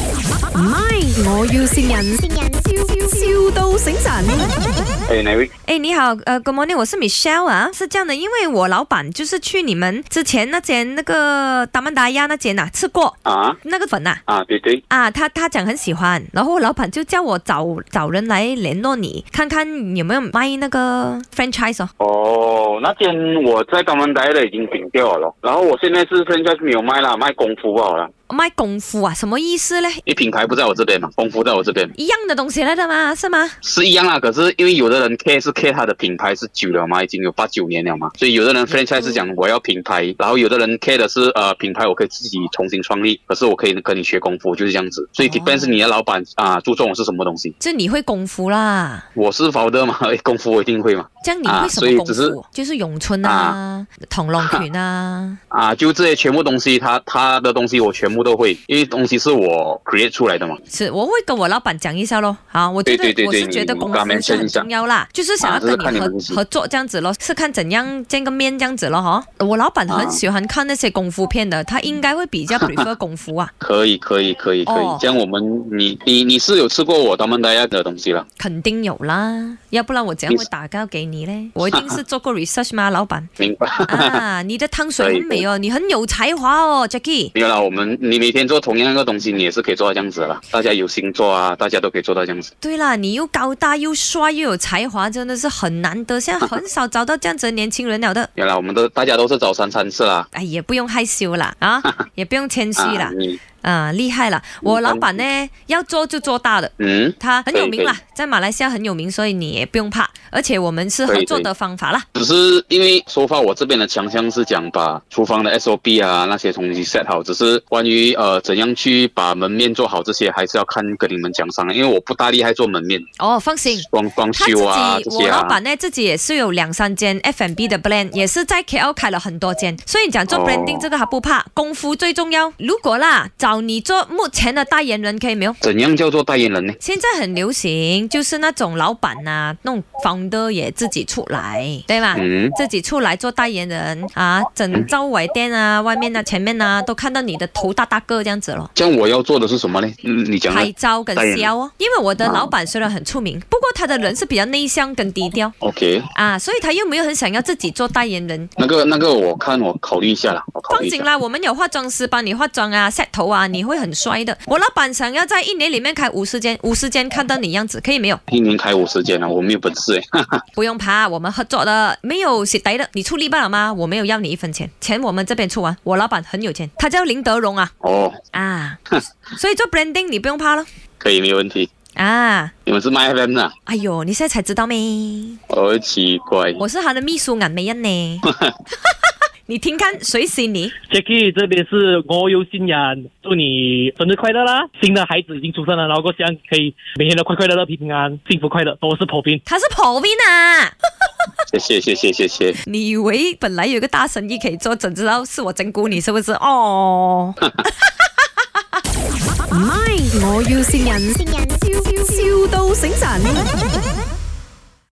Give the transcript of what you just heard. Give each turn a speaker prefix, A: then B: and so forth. A: 唔係，我要善人，笑笑到醒神。
B: 哎，哪位？
C: 哎，你好，呃，Good morning，我是 Michelle 啊，是这样的，因为我老板就是去你们之前那间那个达曼达亚那间呐、吃过
B: 啊
C: 那个粉呐、
B: 啊，对对，
C: 啊，他他讲很喜欢，然后老板就叫我找找人来联络你，看看有没有卖那个 franchise 哦。
B: 哦，那天我在他们待的已经顶掉了咯，然后我现在是现在没有卖了，卖功夫好了，
C: 卖功夫啊，什么意思嘞？
B: 因为品牌不在我这边嘛，啊功夫在我这边
C: 一样的东西来的嘛，是吗？
B: 是一样啦，可是因为有的人 K 是 K 他的品牌是久了嘛，已经有八九年了嘛，所以有的人 franchise 是讲我要品牌，然后有的人 K 的是呃品牌我可以自己重新创立，可是我可以跟你学功夫就是这样子，所以
C: 哦
B: depends 你的老板啊、注重我是什么东西，
C: 就你会功夫啦，
B: 我是 founder 嘛， 功夫我一定会嘛。
C: 这样你会什
B: 啊所以
C: 么功
B: 只是
C: 夫？就是咏春啊、螳螂拳啊。
B: 啊，就这些全部东西，他他的东西我全部都会，因为东西是我 create 出来的嘛。
C: 是，我会跟我老板讲一下咯。啊，我觉得
B: 对对对
C: 我是
B: 对
C: 觉得
B: 你
C: 功
B: 跟他
C: 夫
B: 们
C: 是
B: 先
C: 很
B: 讲
C: 重要啦，就是想要
B: 啊这是
C: 跟
B: 看
C: 你
B: 你
C: 合
B: 们自己
C: 合作这样子咯，是看怎样见个面这样子咯，哈。我老板很
B: 啊
C: 喜欢看那些功夫片的，他应该会 比较 prefer 功夫啊，
B: 可以，可以，可以，可以。
C: 哦
B: 这样我们，你你你是有吃过我他们大家的东西了？
C: 肯定有啦，要不然我怎样会打交给 你嘞？我一定是做过 research 嘛，老板
B: 明白。
C: 啊，你的汤水很美哦，你很有才华哦，Jackie。
B: 没有啦，我们你每天做同样一个东西，你也是可以做到这样子啦。大家有心做啊，大家都可以做到这样子。
C: 对啦，你又高大又帅又有才华，真的是很难得，现在很少找到这样子的年轻人了的。
B: 原来我们都大家都是早餐餐吃啦。
C: 哎，也不用害羞啦， 啊，也不用谦虚
B: 啊
C: 啦，，
B: 你
C: 啊，厉害啦！我
B: 嗯
C: 老板呢，要做就做大的。
B: 嗯，
C: 他很有名啦
B: 可，
C: 在马来西亚很有名，所以你也不用怕。而且我们是
B: 可以
C: 合
B: 可以
C: 作的方法啦，
B: 只是因为说话我这边的强项是讲把厨房的 SOP 啊那些东西 set 好，只是关于呃怎样去把门面做好这些，还是要看跟你们讲商量，因为我不大厉害做门面，
C: 哦，放心。
B: 装装
C: 他自
B: 修啊
C: 己，
B: 这，
C: 我
B: 些
C: 老
B: 啊。
C: 板呢自己也是有两三间 F&B 的 brand，也是在 KL 开了很多间，所以你讲做
B: 哦
C: branding 这个还不怕，功夫最重要。如果啦，找你做目前的代言人可以没有？
B: 怎样叫做代言人呢？
C: 现在很流行，就是那种老板啊呐、那种 founder 也自己出来，对吧？
B: 嗯
C: 自己出来做代言人啊，整周围店啊、外面啊、前面啊，都看到你的头大大个这样子咯。
B: 这样我要做的是什么呢？嗯你讲呢
C: 拍照跟
B: 代言人
C: sell 哦，因为我的
B: 啊
C: 老板虽然很出名，不过他的人是比较内向跟低调
B: OK，
C: 啊，所以他又没有很想要自己做代言人。
B: 那个那个我看我考虑一下啦，我考
C: 放
B: 虑一
C: 心
B: 下。
C: 啦，我们有化妆师帮你化妆啊、set 头啊，你会很帅的。我老板想要在一年里面开五十间，五十间看到你样子，可以没有？
B: 一年开五十间了，啊我没有本事哎。
C: 不用怕，我们合作的，没有洗底的，你出力罢了吗？我没有要你一分钱，钱我们这边出啊。我老板很有钱，他叫林德荣啊
B: 哦，
C: 啊， 所以做 branding 你不用怕了
B: 可以没有问题。
C: 啊。
B: 你们是卖 FM 的啊，
C: 哎呦，你现在才知道咩？
B: 哦奇怪。
C: 我是他的秘书颜美欣 呢。你听看，谁信你？
D: Jacky 这边是我有信仰，祝你生日快乐啦！新的孩子已经出生了，然后希望可以每天都快快乐乐、平平安、幸福快乐，都是普遍。
C: 他是 Provin 啊！
B: 谢谢谢谢谢谢。
C: 你以为本来有一个大生意可以做，怎知道是我整蛊你是不是？哦。
A: 唔係，我要善人，笑笑到醒神。